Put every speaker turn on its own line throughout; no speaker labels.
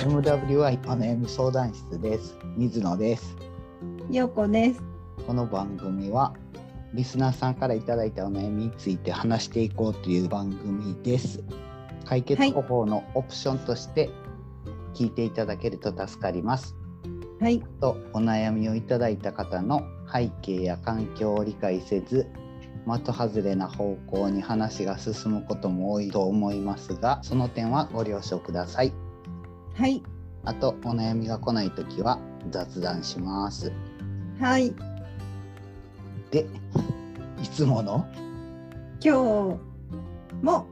MWI&M 相談室です水野です
ようこです。
この番組はリスナーさんからいただいたお悩みについて話していこうという番組です解決方法のオプションとして聞いていただけると助かります、
はい、
とお悩みをいただいた方の背景や環境を理解せず的外れな方向に話が進むことも多いと思いますがその点はご了承ください
はい、
あとお悩みが来ないときは雑談します。
はい、今
で、いつも の
日も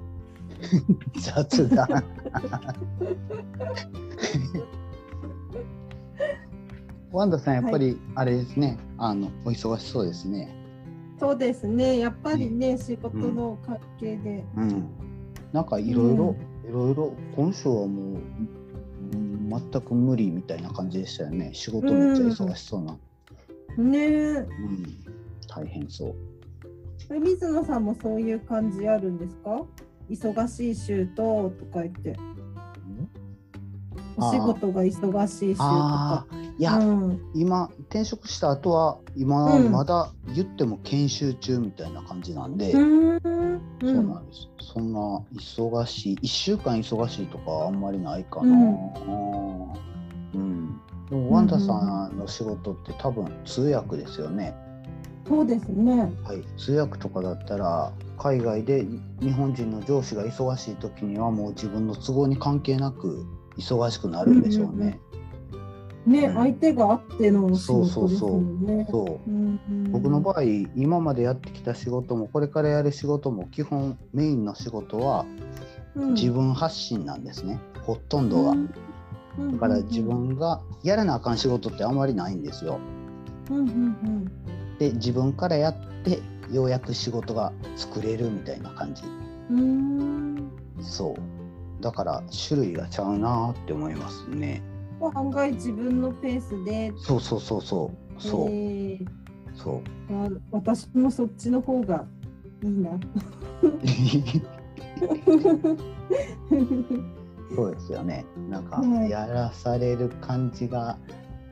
雑 談。ワンダさんやっぱりあれですね、あのお忙しそうですね。
そうですね。やっぱりね、仕事の関係で、
うん。なんかいろいろ
う
いろいろ今週はもううん全く無理みたいな感じでしたよね。仕事めっちゃ忙しそうな。
ね
うん、大変そう。
え、水野さんもそういう感じあるんですか？忙しい週ととか言って、お仕事が忙しい週と
あ
か。
あ、いや、
うん、
今転職した後は今
うん
まだ言っても研修中みたいな感じなんで、
うーん、
そううんなんですそんな忙しい1週間忙しいとかあんまりないかな
う
うんん、でもワンダさんの仕事って多分通訳ですよね、
そうですね。
はい、通訳とかだったら海外で日本人の上司が忙しい時にはもう自分の都合に関係なく忙しくなるんでしょうね、
ね、
うん
相手があってのお仕事ですもんね。
そう
うんうん
僕の場合今までやってきた仕事もこれからやる仕事も基本メインの仕事は
うん
自分発信なんですね、ほとんどが、
うん
だから自、分がやらなあかん仕事ってあんまりないんですよ
うんうんうん
で自分からやってようやく仕事が作れるみたいな感じ
うんうん、うーん
そうだから種類がちゃうなーって思いますね
案外自分のペースで、
そうそうそうそうそう
えー
そう
あ私もそっちの方がいいな。
そうですよねなんか
はい
やらされる感じが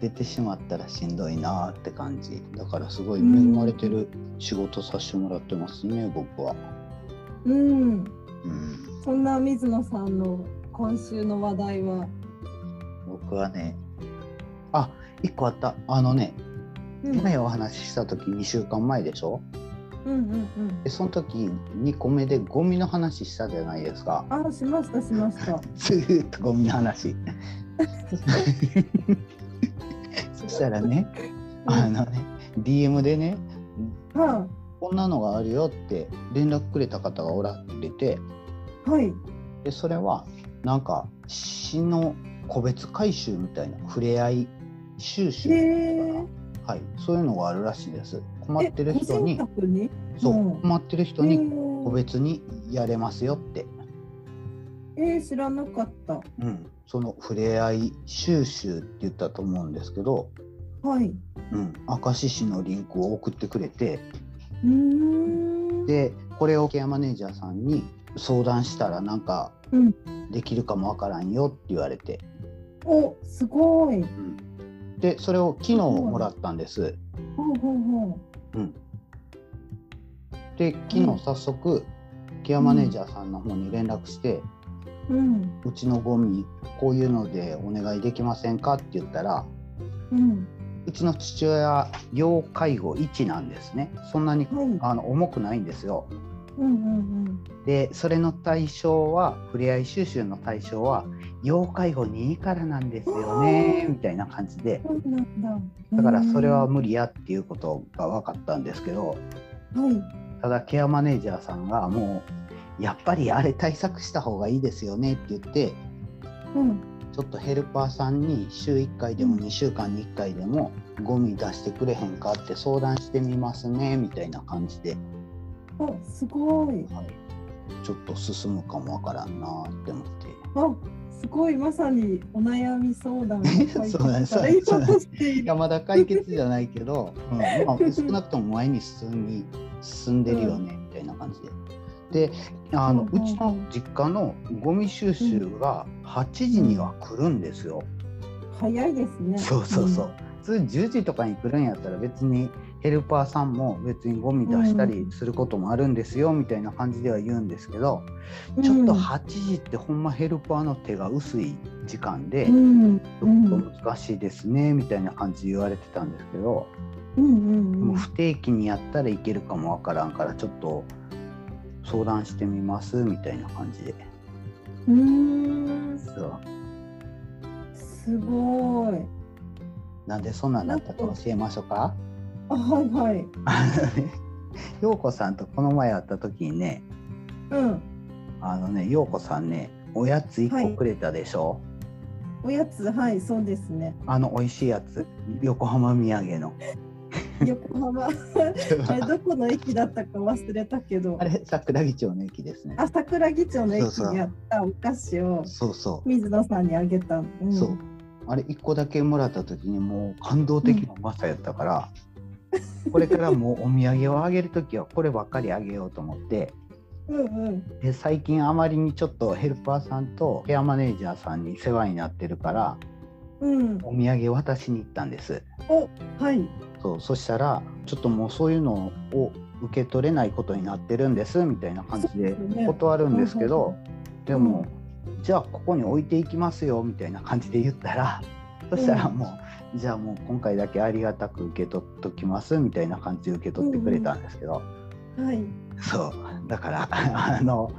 出てしまったらしんどいなーって感じだからすごい恵まれてる仕事させてもらってますね僕は。
うん、
うん、
そんな水野さんの今週の話題は、
僕はねあ一1個あったあのね
うん、うん
夢をお話しした時2週間前でしょ
うんうん。
でその時2個目でゴミの話したじゃないですか
あ、しましたしました。
ずーっとゴミの話そしたらねあのね DM でね
は
こんなのがあるよって連絡くれた方がおられて
い、はい。
でそれはなんか詩の個別回収みたいな触れ合い収集みた
へ
いなの
え
か。な、はい、そういうのがあるらしいです困ってる人
え
に
ご自宅に
そう
うん
困ってる人
へ
に
ー
個別にやれますよって、
えー知らなかった。
うん、その触れ合い収集って言ったと思うんですけど、
はい。
うん、明石市のリンクを送ってくれて
うーん。
でこれをケアマネージャーさんに相談したらなんか
うん
できるかもわからんよって言われて、
お、すごい。
うん、でそれを昨日もらったんです。
ほうほうほ
うん、で昨日早速ケアマネージャーさんの方に連絡して、
う。うん。
うちのゴミこういうのでお願いできませんかって言ったら
うん。
うちの父親要介護1なんですねそんなに
はい。うん
あの重くないんですよ
うんうん。
でそれの対象は触れ合い収集の対象は要介護2からなんですよねみたいな感じで
そうなんだ。
だからそれは
うん
無理やっていうことが分かったんですけど
はい。
ただケアマネージャーさんがもうやっぱりあれ対策した方がいいですよねって言って
うん。
ちょっとヘルパーさんに週1回でも2週間に1回でもゴミ出してくれへんかって相談してみますねみたいな感じで、
お、すごい。
ちょっと進むかもわからんなって思っ
あ、すごい。まさにお悩み相談を解 決
そうなんです
されようとして
て
い
い
る。
やまだ解決じゃないけ ど、うんまあ、少なくとも前に進み進んでるよねみたいな感じでであの、
うん
う
うん
ちの実家のゴミ収集が8時には来るんですよ。
早いですね。
そうそうそう。普通10時とかに来るんやったら別にヘルパーさんも別にゴミ出したりすることもあるんですよみたいな感じでは言うんですけど、
うん。
ちょっと8時ってほんまヘルパーの手が薄い時間で、
うん
ち
う
ょっ
ん
と難しいですねみたいな感じで言われてたんですけど、
うんうん
も
う。
うん不定期にやったらいけるかもわからんからちょっと相談してみますみたいな感じで。
うーん
そう
すごい。
なんでそんなんなったか教えましょうか。
あはいはい。
あのね、陽子さんとこの前会った時にね、
うん。
あのね、陽子さんね、おやつ一個くれたでしょ、
おやつはいそうです ね。
あの美味しいやつ、横浜土産 の。
横浜あれどこの駅だったか忘れたけど
あ。れ、桜木町の駅ですね。
あ桜木町の駅
そうそう
にあったお菓子を
そうそ
水野さんにあげた。う
う。
ん
そう。あれ、一個だけもらった時にもう感動的なうまさやったから、これからもうお土産をあげる時はこればっかりあげようと思って、
うんうん。
で最近あまりにちょっとヘルパーさんとケアマネージャーさんに世話になってるから、
うん。
お土産渡しに行ったんです。
おはい。
そうそしたらちょっともうそういうのを受け取れないことになってるんですみたいな感じで
そうですね
断るんですけどで
うんうん
も、じゃあここに置いていきますよみたいな感じで言ったらそしたら
うん
もう、じゃあもう今回だけありがたく受け取っときますみたいな感じで受け取ってくれたんですけど、
はい。
そうだからあの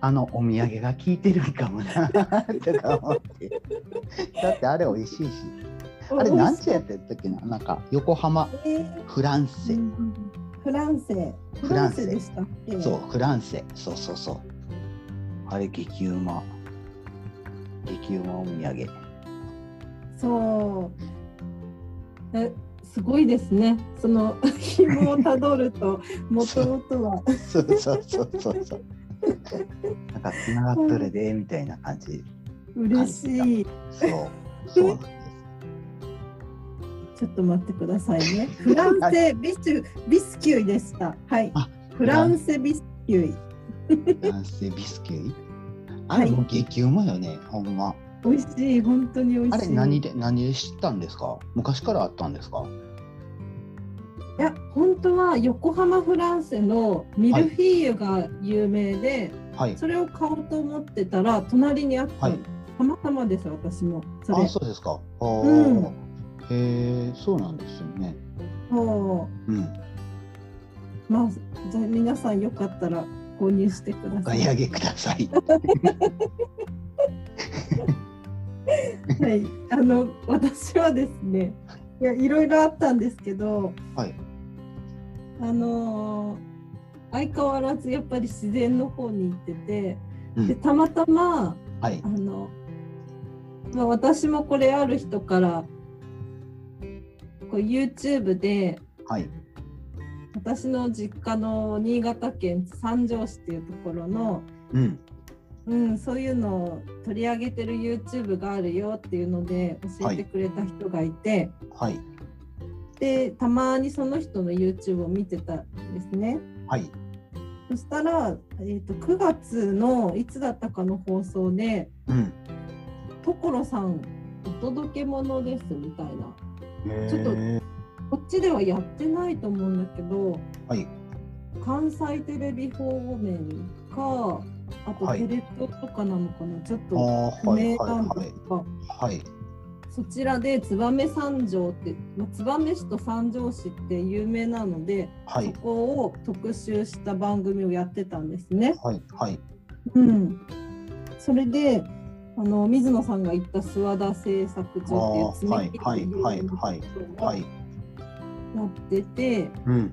あのお土産が効いてるんかもなとか思ってだってあれ美味しいしあれ何時やってたっけななんか横浜
えー
フランセ、
フランセ。
フランセ
でしたっけ。
そうフランセそうそうそうあれ激うま激うまお土産
そう。え、すごいですね。そ の紐をたどると、もともとは。
そうそうそうそうそうなんかつながっとるでみたいな感じ
嬉しい。
そうそうなんです
ちょっと待ってくださいね。フランセビスュビスキュイでした。はい
あ。
フランセビスキュイ。
フランセビスキュイあれも激うまよねほんま
美味しい。本当に美味しい。
あれ何で何で知ったんですか昔からあったんですか
いや、本当は横浜フランセのミルフィーユが有名で、
はい
それを買おうと思ってたら、隣にあった、
はい
たまたまです、私も。それ
あ。そうですかああ、
うん
へえそうなんですよね
そう
うん
まあ、じゃあ皆さんよかったら購入してくだ
お
さ
買
い。
い上げください
はい、あの私はですね、いやいろいろあったんですけど、
はい
あのー相変わらずやっぱり自然の方に行ってて、
うん
でたまたま
はい
あの、まあ、私もこれある人からこう YouTube で
はい
私の実家の新潟県三条市っていうところの
うん
うん、そういうのを取り上げてる YouTube があるよっていうので教えてくれた人がいて、
はい
でたまにその人の YouTube を見てたんですね
はい
そしたら、えー、と9月のいつだったかの放送で
うん
「所さんお届け物です」みたいな
ち
ちょっとこっちではやってないと思うんだけど
はい
関西テレビ方面かあと
はい
テレ東とかなのかな、ちょっ
あ
と
ー
不
はい
明
は
なんで
い
すが。
はいはい
そちらで燕三条って、まあ、燕市と三条市って有名なので、
はい
そこを特集した番組をやってたんですね。
はいはい
うん、それであの水野さんが行った諏訪田製作
あ
所っ
ー
ていう
はい
爪切り
はいはいはいは
を
い
やってて
うん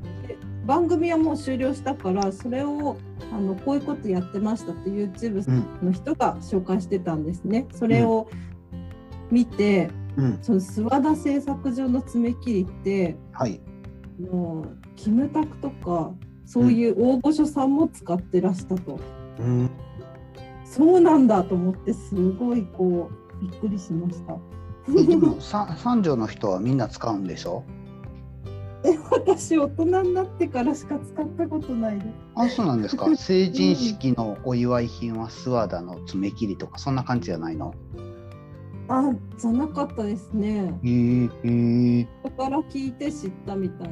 番組はもう終了したからそれをあのこういうことやってましたって YouTube
うん
の人が紹介してたんですね。それを見て、
うん
その諏訪田製作所の爪切りって
はい
もうキムタクとかそういう大御所さんも使ってらしたと、
うん
そうなんだと思ってすごいこうびっくりしました。
えでもさ三条の人はみんな使うんでしょ
私大人になってからしか使ったことないです。
あ、そうなんですか。成人式のお祝い品はスワダの爪切りとか、そんな感じじゃないの。
あ、じゃなかったですね。
へえへえ。
だから聞いて知ったみたい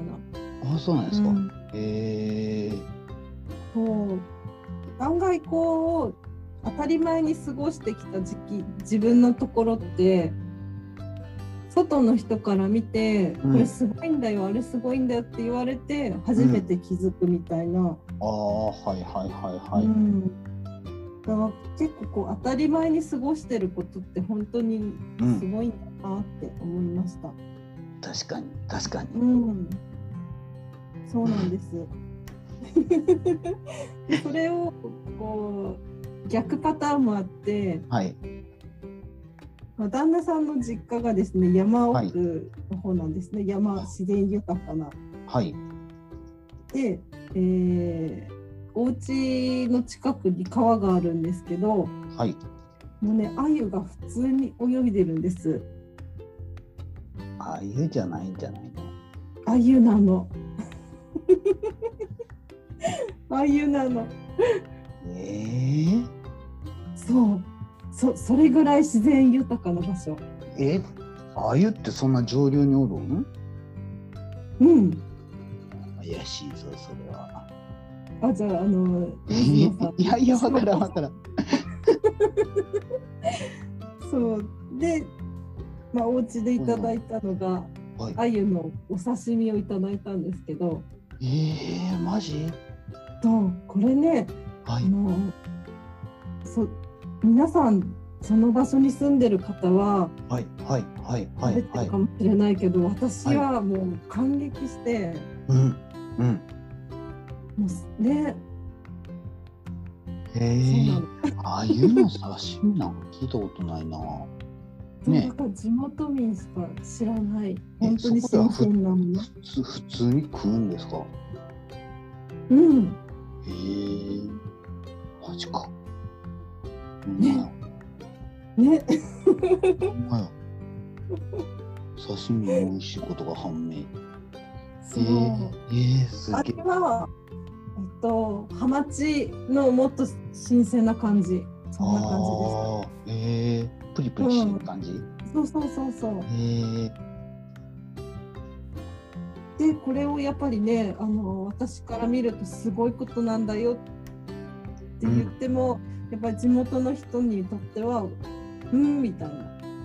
な。
あ、そうなんですか。
うん
へえ。
そう案外こう当たり前に過ごしてきた時期自分のところって外の人から見て、
うん
これすごいんだよあれすごいんだよって言われて初めて気づくみたいな、
ああ、はいはいはいうはい。
んだから結構こう当たり前に過ごしてることって本当に
う
す
ん、
ごいんだなって思いました。
確かに、確かに。
うん、そうなんです。 それをこう逆パターンもあって、
はい。
まあ、旦那さんの実家がですね山
はい
奥の方なんですね、山自然豊かな。
はい。
で、えー、お家の近くに川があるんですけども
はい。
うね鮎が普通に泳いでるんです。
ああいうじゃないんじゃないの。
あゆなの。 あゆなの。
え
そう。そそれぐらい自然豊かな場所。
ええ。あゆってそんな上流におるん。
うん。
怪しいぞ、それは。
あじゃああの水野さん
いやい や、わからん、わからん。
そうで、まあお家でいただいたのが
はい。
鮎のお刺身をいただいたんですけど、
ええマジ。
とこれね
は
あ
い。
のそ皆さんその場所に住んでる方は
はい。はい。はい。は
食べ
い。
て
は
る
い
か。もしれないけど、私はもう感激して、
うん。うん。
もうね
へ
そう
え
なの。。
あゆの刺身なんか聞いたことないな。
そう
ね
だから地元民しか知らない
え
本当に新鮮なもの。
ふつ普通に食うんですか。へ
うん、
え。マジか。
ねね、
うん。はい。刺身美味しいことが判明。
そ
え
う。
ー、えー、す
あ
げ
れ
え。
はえっとハマチのもっと新鮮な感じ、そんな感
ああ、ええー、プリプリしてる感じ。
じでした。そうそうそうそう。
ええ
でこれをやっぱりねあの私から見るとすごいことなんだよって言っても、やっぱり地元の人にとってはうんみたいな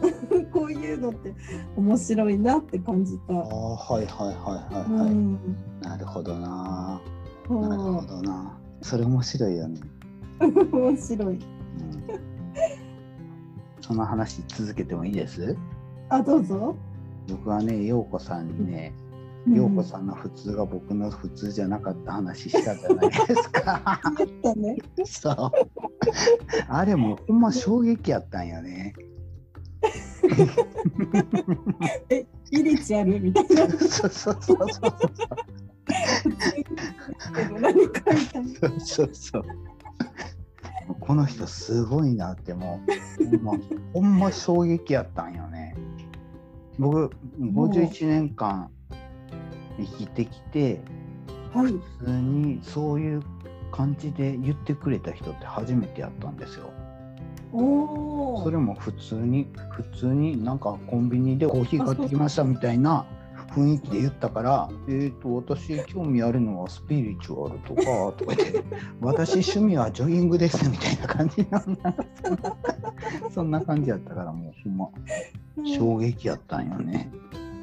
こういうのって面白いなって感じた。
ああ、はいはいはいは
う
いはい。
ん
なるほどな。
そ
なるほ
う
どな。それ面白いよね。
面白
う
い。
ん、その話続けてもいいです
あ、どうぞ。
僕はね、陽子さんにね、陽子さんの普通が僕の普通じゃなかった話したじゃないですか。
うん。やったね。
そう。あれもほんま衝撃やったんよね。
イリチあるみたいな。
そうそうそうそう
何かみたいな。
そうそうそう。この人すごいなってもうほんまほんま衝撃やったんよね。僕51年間生きてきて
はい。
普通にそういう感じで言ってくれた人って初めてやったんですよ。
おお。
それも普通に普通になんかコンビニでコーヒー買ってきましたみたいな雰囲気で言ったから「えっ、と私興味あるのはスピリチュアルとか」とか言って 「私趣味はジョギングです」みたいな感じなんだそんな 感じやったからもうほんま衝撃やったんよね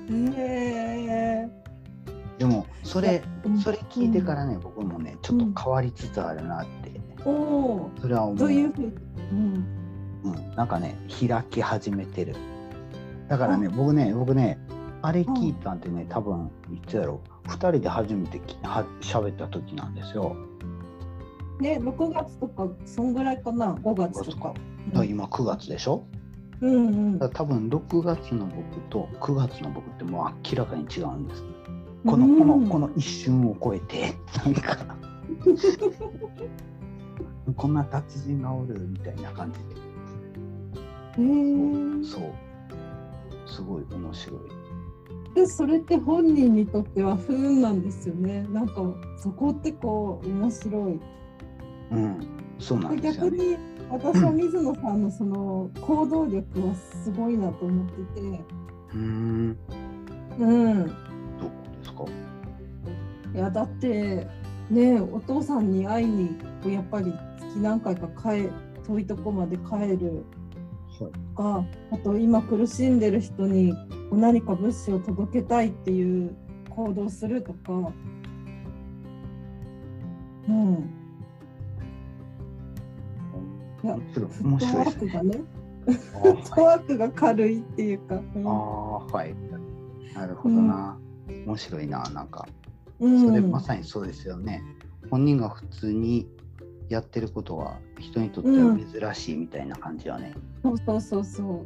うん。へ
でもそれ
え。
それ聞いてからね僕もねちょっと変わりつつあるなって
うん。おお。
それは思
ど
う
ういうふうに。うん。
うん、なんかね開き始めてるだからね僕ね僕ねあれ聞いたんてね、多分いつやろう2人で初めてきは喋った時なんですよ、
ね、六月とか、そんぐらいかな、五月とか。
だから今9月でしょ
うんうん
だ。から多分6月の僕と9月の僕ってもう明らかに違うんですこのこのこ
の。
の一瞬を超えてなんか こんな達人がおるみたいな感じで
へえ。
そうすごい面白い
でそれって本人にとっては不運なんですよねなんかそこってこう面白い
うん、そうなんですよ
逆
ね。
に私は水野さんのその行動力はすごいなと思ってて
うーん、
うん
どこですか。
いやだってねお父さんに会いにこうやっぱり月何回か帰遠いとこまで帰るとかあと今苦しんでる人に何か物資を届けたいっていう行動するとかうんいや
面白い。
フ
面
ット
白い
ワ
です
ーク
ね。
がね
あ
フットワークが軽いっていうか、
ーあー、はい。なるほどな。面白いな、なんか。
うん、
それまさにそうですよね。本人が普通にやってることは人にとっては珍しいみたいな感じはね。
そうそうそうそう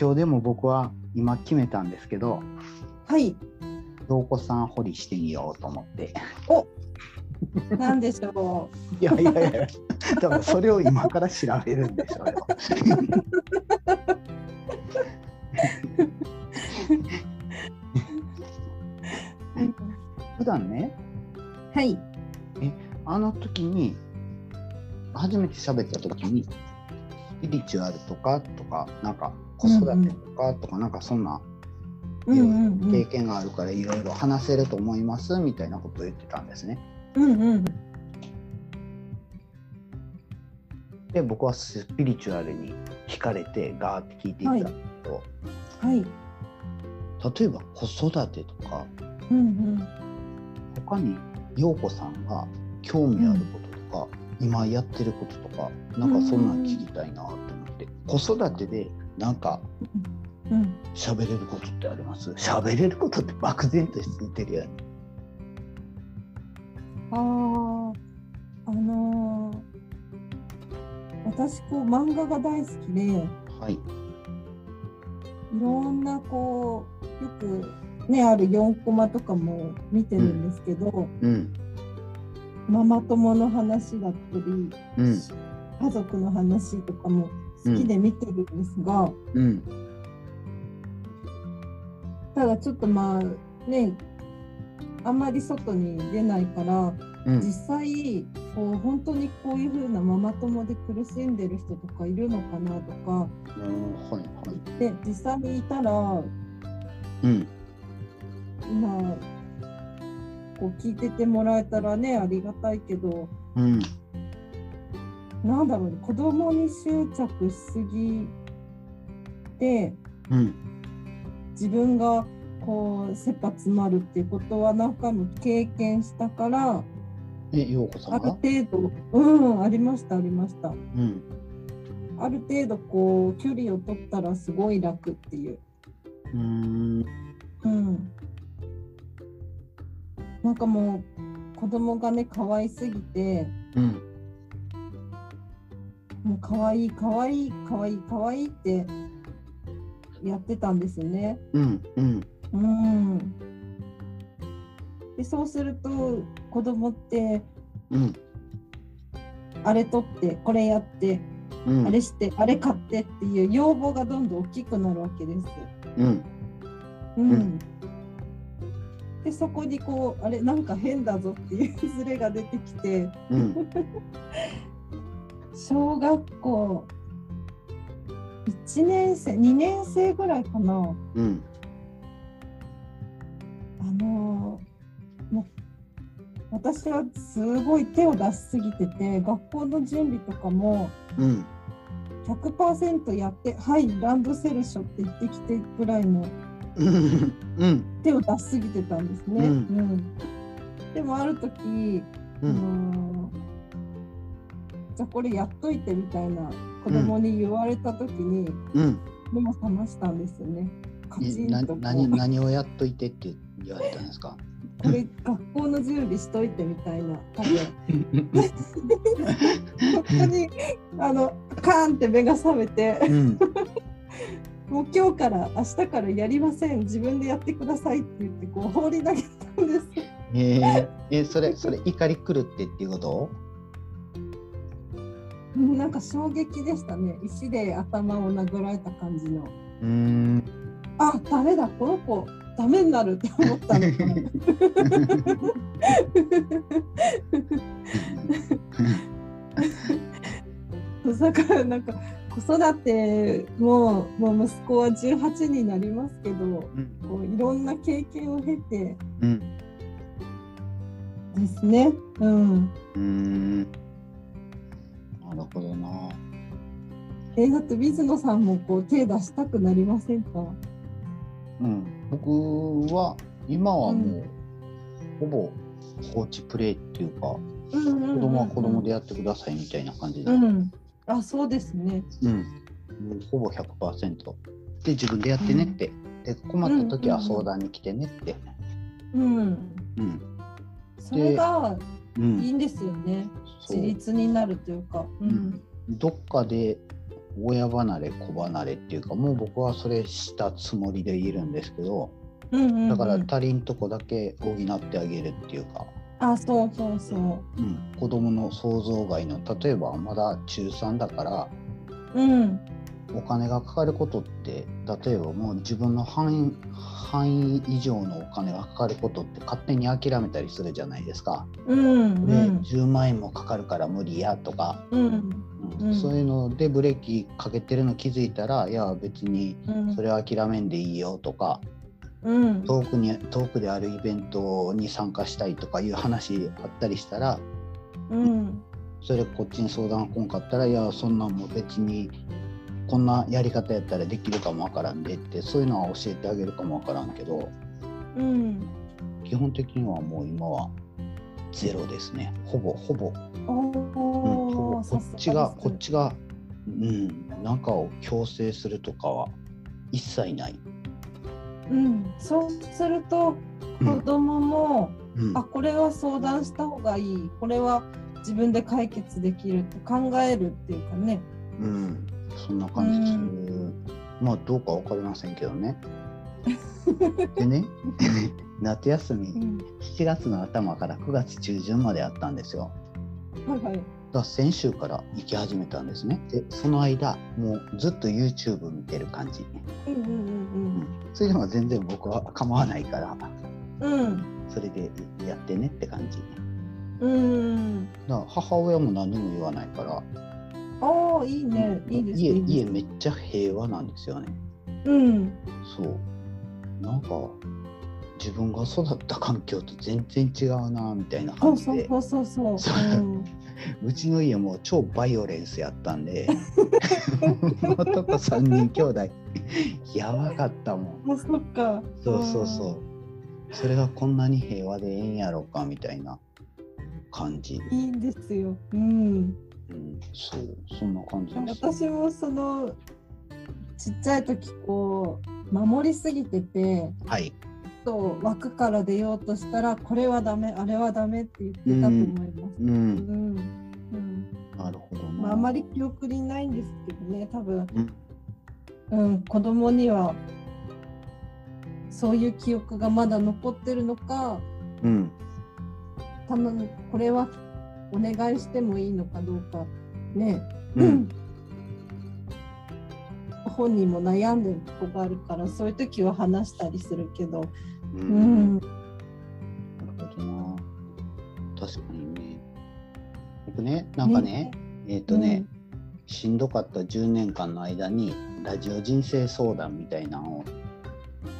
今日でも僕は今決めたんですけど、
はい
ど子さん掘りしてみようと思 って。
なんでしょう
いやいやいや、多分それを今から調べるんでしょうよ。
うん
普段ね、
はい
あの時に初めて喋った時にスピリチュアルとかとかなんか子育てとかとかなんかそんな
うんうんうん
経験があるからいろいろ話せると思いますみたいなことを言ってたんですね。
うんうん
で僕はスピリチュアルに惹かれてガーって聞いていたんだけど、
はい
例えば子育てとか
うんうん
他に陽子さんが興味あることとか、今やってることとかなんかそんなん聞きたいなと思って、子育てでなんか
うん
喋れることってあります喋れることって漠然として言ってるよね。
あーあのー私こう漫画が大好きでい
はい。
ろんなこうよくねある4コマとかも見てるんですけど、
うん。
ママ友の話だったり、
うん。
家族の話とかも好きで見てるんですが、
うん。
ただちょっとまあねあんまり外に出ないから
う
実
ん。
際こう本当にこういう風なママ友で苦しんでる人とかいるのかなとか
うんはいはい。
で実際にいたら
うん。
今こう聞いててもらえたらねありがたいけど
うん。
なんだろうね子供に執着しすぎて
うん。
自分がこう切羽詰まるっていうことは何回も経験したから
え、陽子さ
あ
ん
る
が。
程度うんありましたありました
うん。
ある程度こう距離を取ったらすごい楽っていう
うーん。
うん、なんかもう子供がね可愛すぎて
うん。
もう可愛い可愛い可愛い可愛いってやってたんですよね。
うん。うん。
うん、でそうすると子供って
うん。
あれ取ってこれやって
うん。
あれしてあれ買ってっていう要望がどんどん大きくなるわけです。
うん。
うん
うん
でそこにこうあれなんか変だぞっていうズレが出てきて。
うん。
小学校1年生2年生ぐらいかな
うん。
あのーもう私はすごい手を出しすぎてて学校の準備とかも
うん。
100%やってはいランドセルしょって言ってきてぐらいの
うん。うん。
手を出しすぎてたんですね。
うん
うんでもある時、
う
あ
ん。
のーじゃあこれやっといてみたいな子供に言われた時に、
うん。
目も覚ましたんですよね。カチ
え
ン
な
とこ
何
う
何をやっといてって言われたんですか。
これ学校の準備しといてみたいな多分 本当にあのカーンって目が覚めて
うん。
もう今日から明日からやりません自分でやってくださいって言ってこう放り投げたんです。
えー、えそれそれ怒り狂ってっていうこと？
うんなんか衝撃でしたね石で頭を殴られた感じの
うーん。
あダメだこの子ダメになるって思ったのかなそうだからなんか子育てももう息子は18になりますけど
うん
こういろんな経験を経て
うん
ですね、うん、
うーんなるほどな
えだって水野さんもこう手出したくなりませんか
うん僕は今はもう、ほぼ放置プレイっていうか
子
子供は子供でやってくださいみたいな感じで、
うん、あそうですね。
うん、もうほぼ100%で自分でやってねって、で困った時は相談に来てねって、
うん、
うん
それが
う
いい
ん
んですよね。
そう
自立になるというか。うん、
どっかで親離れ子離れっていうかもう僕はそれしたつもりでいるんですけど
うん、うん、
だから
うん
他人とこだけ補ってあげるっていうか、
あ、そうそうそ
うん、子供の想像外の例えばまだ中3だから
う。うん、
お金がかかることって例えばもう自分の範囲範囲以上のお金がかかることって勝手に諦めたりするじゃないですか。
うん、
で
うん、
10万円もかかるから無理やとか、
うん、
うん
うん
そういうのでブレーキかけてるの気づいたらいや別に
うん
それは諦めんでいいよとか
うん、
遠くに遠くであるイベントに参加したいとかいう話あったりしたら
うん、
それこっちに相談来んかったらいやそんなんもう別にこんなやり方やったらできるかもわからんでってそういうのは教えてあげるかもわからんけど
うん。
基本的にはもう今はゼロですねほぼほぼ,、うん、ほ
お
ぼ
お、
こ
さすが
っちが
です
こっ。ちがうんなんかを強制するとかは一切ない。
うん、そうすると
う
子
ん
供も、
うん
あ、これは相談した方がいい、これは自分で解決できるって考えるっていうかね。
うん、そんな感じでする、まあどうかわかりませんけど ね。でね 夏休み
うん、
7月の頭から9月中旬まであったんですよ。
はいはい。
だから先週から行き始めたんですね。でその間もうずっと YouTube 見てる感じ。
うんうん
そういうのは全然僕は構わないから
うんうん。
それでやってねって感じ。だか
うん。うん。
ら母親も何も言わないから、
ああ、いいね。いいですね。
家
いいです
家めっちゃ平和なんですよね。
うん。
そうなんか自分が育った環境と全然違うなみたいな
そ
感
う
じ
そう
で
そうそうそう。
そう
うん
うちの家も超バイオレンスやったん で男3人兄弟やばかったもん
あ、そっか。
そうそうそうそれがこんなに平和でええんやろかみたいな感じ、
うん。いいんですよ。うん。
うん、そうそんな感じです
私もその。ちっちゃい時、こう。守りすぎてて。
はい
と枠から出ようとしたら、これはダメ、あれはダメって言ってたと思います。
う
うんん。うん。
なるほど
ま
な
あ、あまり記憶にないんですけどね、多分。
うん
うん、子供にはそういう記憶がまだ残ってるのか
うん
たまにこれはお願いしてもいいのかどうかね、
うん、
本人も悩んでるとこがあるからそういう時は話したりするけど、
う
うんん、
なるほどな。確かにね。僕ね、なんかね、えっ、とね、しんどかった10年間の間に、ラジオ人生相談みたいなのを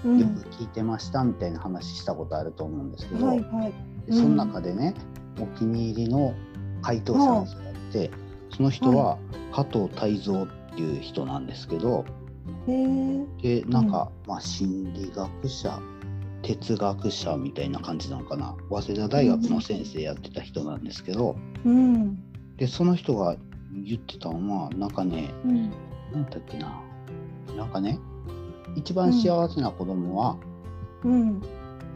うん、
よく聞いてましたみたいな話したことあると思うんですけど、
はいはい、
でその中でね、お気に入りの回答者の人があって、その人は加藤泰造っていう人なんですけど、
へえ
で、なんか、まあ、心理学者、哲学者みたいな感じなのかな、早稲田大学の先生やってた人なんですけど、
うん
でその人が言ってたのはなんかね
うん
何だっけななんかね一番幸せな子供は、
うん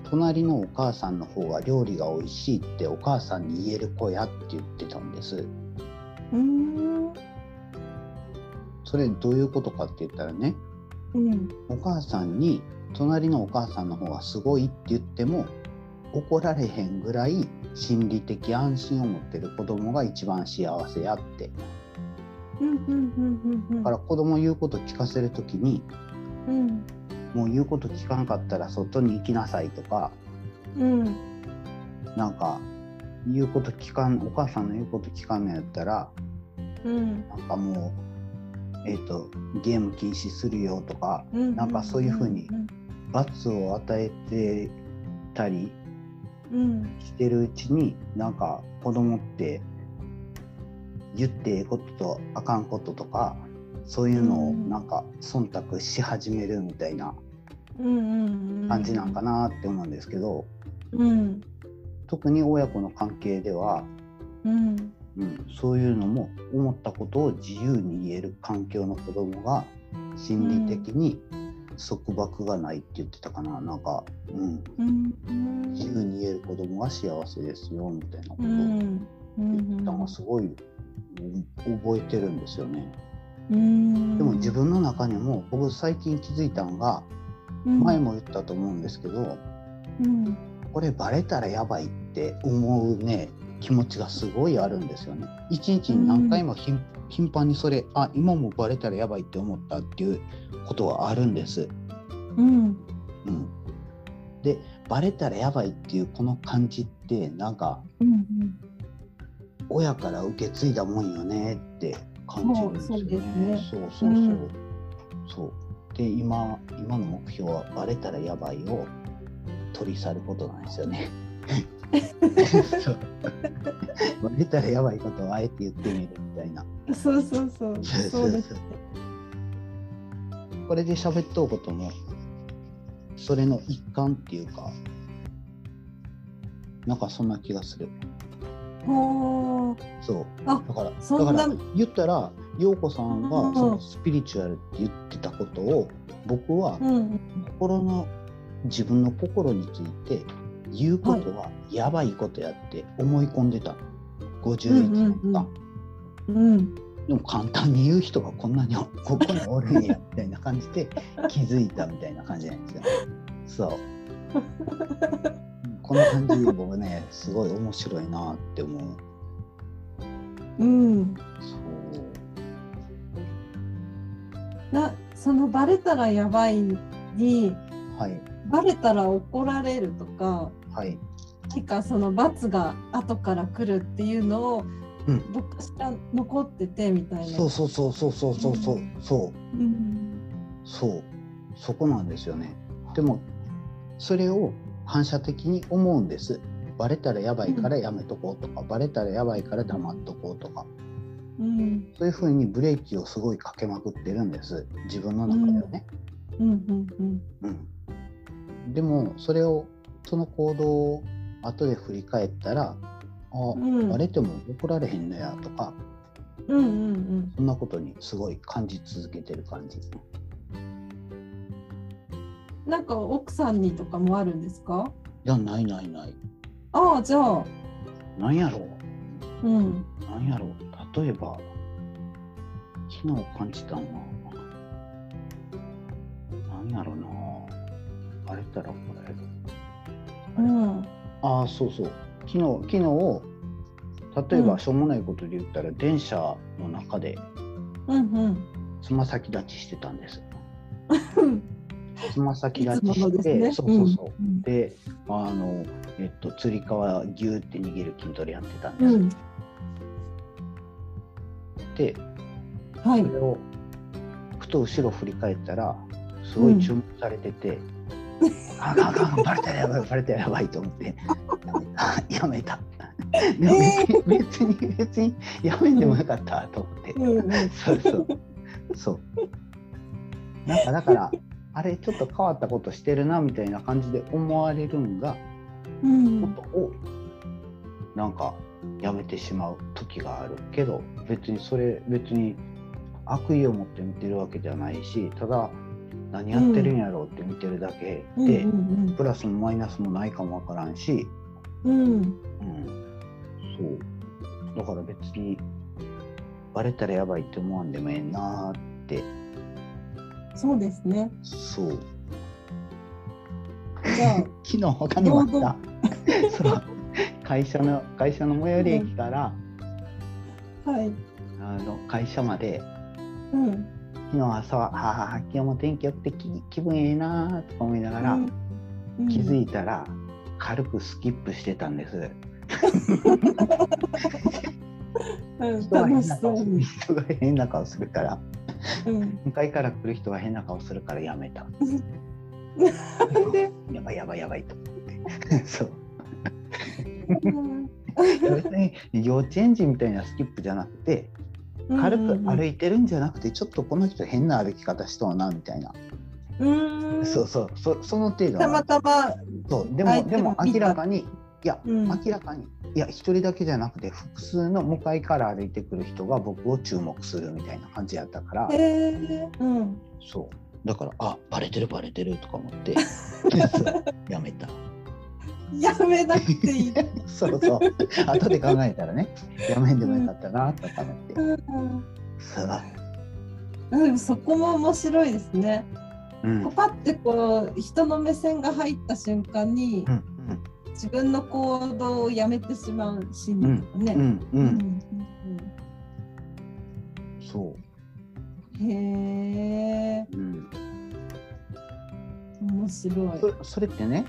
隣のお母さんの方が料理が美味しいってお母さんに言える子やって言ってたんです
うん
それどういうことかって言ったらね
うん
お母さんに隣のお母さんの方がすごいって言っても怒られへんぐらい心理的安心を持ってる子供が一番幸せやって
うんうんうんうんうん
だから子供言うこと聞かせる時に
うん
もう言うこと聞かなかったら外に行きなさいとか
うん
なんか言うこと聞かんお母さんの言うこと聞かんのやったら
うん
なんかもうえっ、とゲーム禁止するよとか
うん
なんかそういうふうに
うん
罰を与えてたり
うん
してるうちになんか子供って言ってええこととあかんこととかそういうのを
うん
なんか忖度し始めるみたいな
うんうん
感じなんかなって思うんですけど
うん
特に親子の関係では、
うん
うん、そういうのも思ったことを自由に言える環境の子供が心理的に束縛がないって言ってたかななんか、うん、
うん
自由に言える子供が幸せですよみたいなこと
う
を。
んうん
ったのがすごいうん覚えてるんですよね。
うん
でも自分の中にも僕最近気づいたのが前も言ったと思うんですけど
うん
これバレたらやばいって思うね気持ちがすごいあるんですよね。一日に何回も頻頻繁にそれあ今もバレたらやばいって思ったっていうことがあるんです。
うん
うん、でバレたらやばいっていうこの感じってなんか
うん
親から受け継いだもんよねって感じるんですよね。そうそうそう。
うん
そうで今今の目標はバレたらやばいを取り去ることなんですよ ね。そうバレたらやばいことをあえて言ってみるみたいな。
うんそうそうそうそうですね
これで喋っとうこともそれの一環っていうかなんかそんな気がする。
ほ
そう
あ
だから
そんな
だから言ったら陽子さんが
うん
そのスピリチュアルって言ってたことを僕は
ーうん
心の自分の心について言うことはやばいことやって思い込んでた51年間、
うん
でも簡単に言う人がこんなにここにおるんやみたいな感じ で気づいたみたいな感じなんですよ。そうこの感じ僕ねすごい面白いなって思う。
うん
そう
なそのバレたらやばいに
はい
バレたら怒られるとか
はい。
何かその罰が後から来るっていうのを
うん
どっかしら残っててみたいな
そうそうそうそうそうそうそうそう
うん
そうそこなんですよね。でもそれを反射的に思うんです。バレたらやばいからやめとこうとか、バレたらやばいから黙っとこうとか
うん
そういうふうにブレーキをすごいかけまくってるんです自分の中ではね。
うんうん
うんでもそれをその行動を後で振り返ったらあ、
うん
バレても怒られへんのやとか
うんうんうん
そんなことにすごい感じ続けてる感じ。
うんなんか奥さんにとかもあるんですか
いやないないない。
ああじゃあ
なんやろう
うん
なんやろう例えば昨日感じたのはなんやろなあれたらこれ
うん
ああそうそう昨日昨日例え
う
ば
ん
しょうもないことで言ったら、電車の中で
うん
つま先立ちしてたんです
うん
つま先
い
立
つ
ち
もの
して、
ですね
そうそうそう、
うん
であのえっとつり革ギューって握る筋トレやってたんで
う
す、
ん
で
はい
それをふと後ろ振り返ったらすごい注目されてて、あかんあかんあかんバレたらやばいバレたらやばいと思ってやめたやめたでも別に別に別にやめんでもよかったと思って、
うんうん
そうそうそうなんかだからあれちょっと変わったことしてるなみたいな感じで思われるんが
うん
ことをなんかやめてしまう時があるけど別にそれ別に悪意を持って見てるわけではないしただ何やってるんやろうって見てるだけ
うん
で、
うん
プラスもマイナスもないかもわからんし、
うん
うん、そうだから別にバレたらやばいって思わんでもええなーって
そうですね
そう
じゃあ
昨日他にもあった そう会社の会社の最寄り駅から、
はい。
あの会社まで
うん。
1昨日朝は、はあ、今日も天気良くて気気分ええなーとか思いながら、
うん
気づ
うん
いたら軽くスキップしてたんです。
うん、
人が変
楽し
な
そ
顔
う
する
に、
人が変な顔するから、
うん、
向かいから来る人が変な顔するからやめた。
なんで、
やばいやばいやばいと思って。 そう。
うん
別に幼稚園児みたいなスキップじゃなくて、軽く歩
い
いてるんじゃなくて、ちょっとこの人変な歩き方しとうなみたいな。
うん
そうそう、そその程度
た
なの。
またま
そうで
相
も
手
でも
も見た
明らかにいや、
うん
明らかにいや一人だけじゃなくて複数の向かいから歩いてくる人が僕を注目するみたいな感じやったから
へえうん
そうだからあバレてるバレてるとか思って そうやめた
やめなくていい、
そうそう後で考えたらねやめんでもよかったなとか思って、
うん
そう
うん、そこも面白いですね
うん
こうパッてこう人の目線が入った瞬間に
うん
自分の行動をやめてしまう心理とか
うんう
ね、
んう
う
ん
んうん
そ
へえ
う、うん、
面白い
そそれってね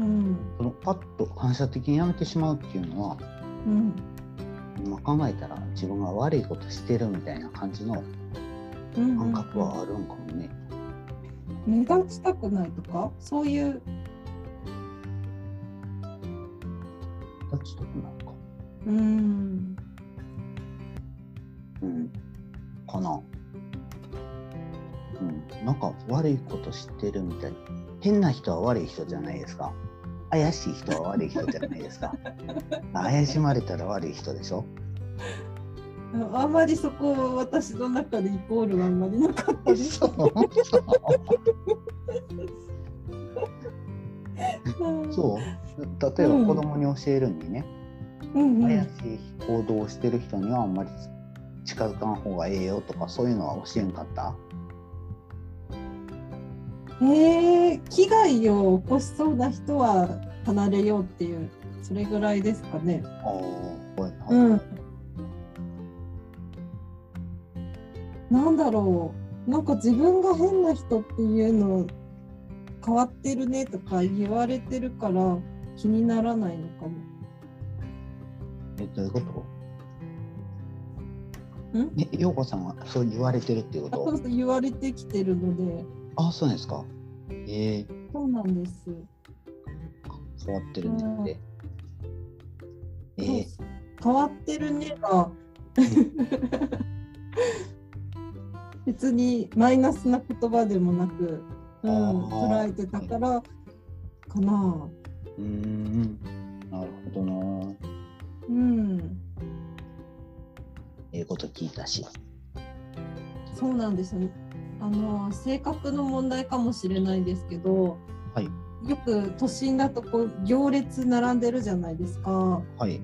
うん
そのパッと反射的にやめてしまうっていうのは
うん
今考えたら自分が悪いことしてるみたいな感じの
うん
感覚はあるんかもね。
目立ちたくないとかそういう、
立ちたくないか。
うん、
うん。かな。うん。なんか悪いことしてるみたい。変な人は悪い人じゃないですか。怪しい人は悪い人じゃないです か。怪しまれたら悪い人でしょ。
あんまりそこは私の中でイコールはあんまりなかった
そう。
です。
そう。例えば子供に教えるにね、
うんうん
怪しい行動をしてる人にはあんまり近づかん方がええよとかそういうのは教えんかった
えー、危害を起こしそうな人は離れようっていうそれぐらいですかね。
ああ、はいはい。
うん。なんだろうなんか自分が変な人っていうの変わってるねとか言われてるから気にならないのかも。
え、どういうこと
ん
え、陽子さんはそう言われてるっていう こ
言われてきてるので
とあ、そうなんですか。ええ
そうなんです。
変わってるんだって。ええ
そう変わってるねが 別にマイナスな言葉でもなく、うん、
あー
捉えてたからかな。
うーん、なるほどな。
うん、
ええこと聞いたし。
そうなんですよね。あの性格の問題かもしれないですけど、
はい
よく都心だとこう行列並んでるじゃないですか。
はい。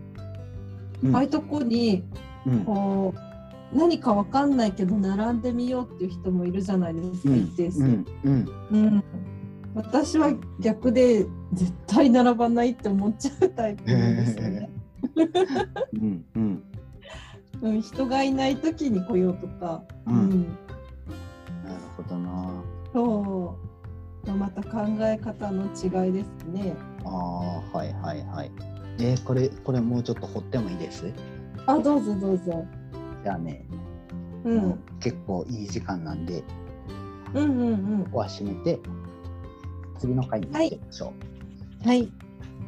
うん
ああいうとこに
うん。
こう何かわかんないけど並んでみようっていう人もいるじゃないで
う
すか、
ん
一定数。
うん。うん。
うん、私は逆で絶対並ばないって思っちゃうタイプなんですよね。
うん。うん。
うん、人がいない時に来ようとか、
う
うんん
なるほどな。
そうまた考え方の違いですね。
ああ、はいはいはい。えー、これ、これもうちょっと掘ってもいいです。
あどうぞどうぞ。
じゃあね、
う、
もうん結構いい時間なんで、
うんうん
ここは締めて、次の回に行きましょう。
うんはい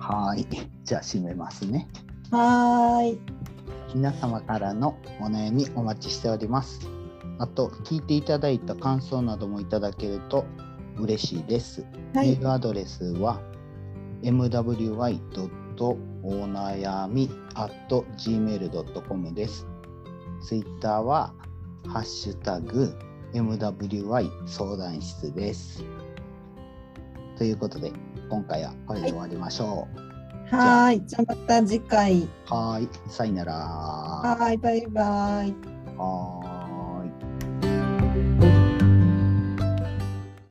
はーい。じゃあ締めますね。
はーい
皆様からのお悩みお待ちしております。あと、聞いていただいた感想などもいただけると嬉しいです。
は
メー
い
ルアドレスは mwy.onayami.gmail.com です。ツイッターは、ハッシュタグ MWY 相談室です。ということで、今回はこれで終わりましょう。
はーいじゃあまた次回
はーい、さよなら。
はーいバイバイ。
はーい。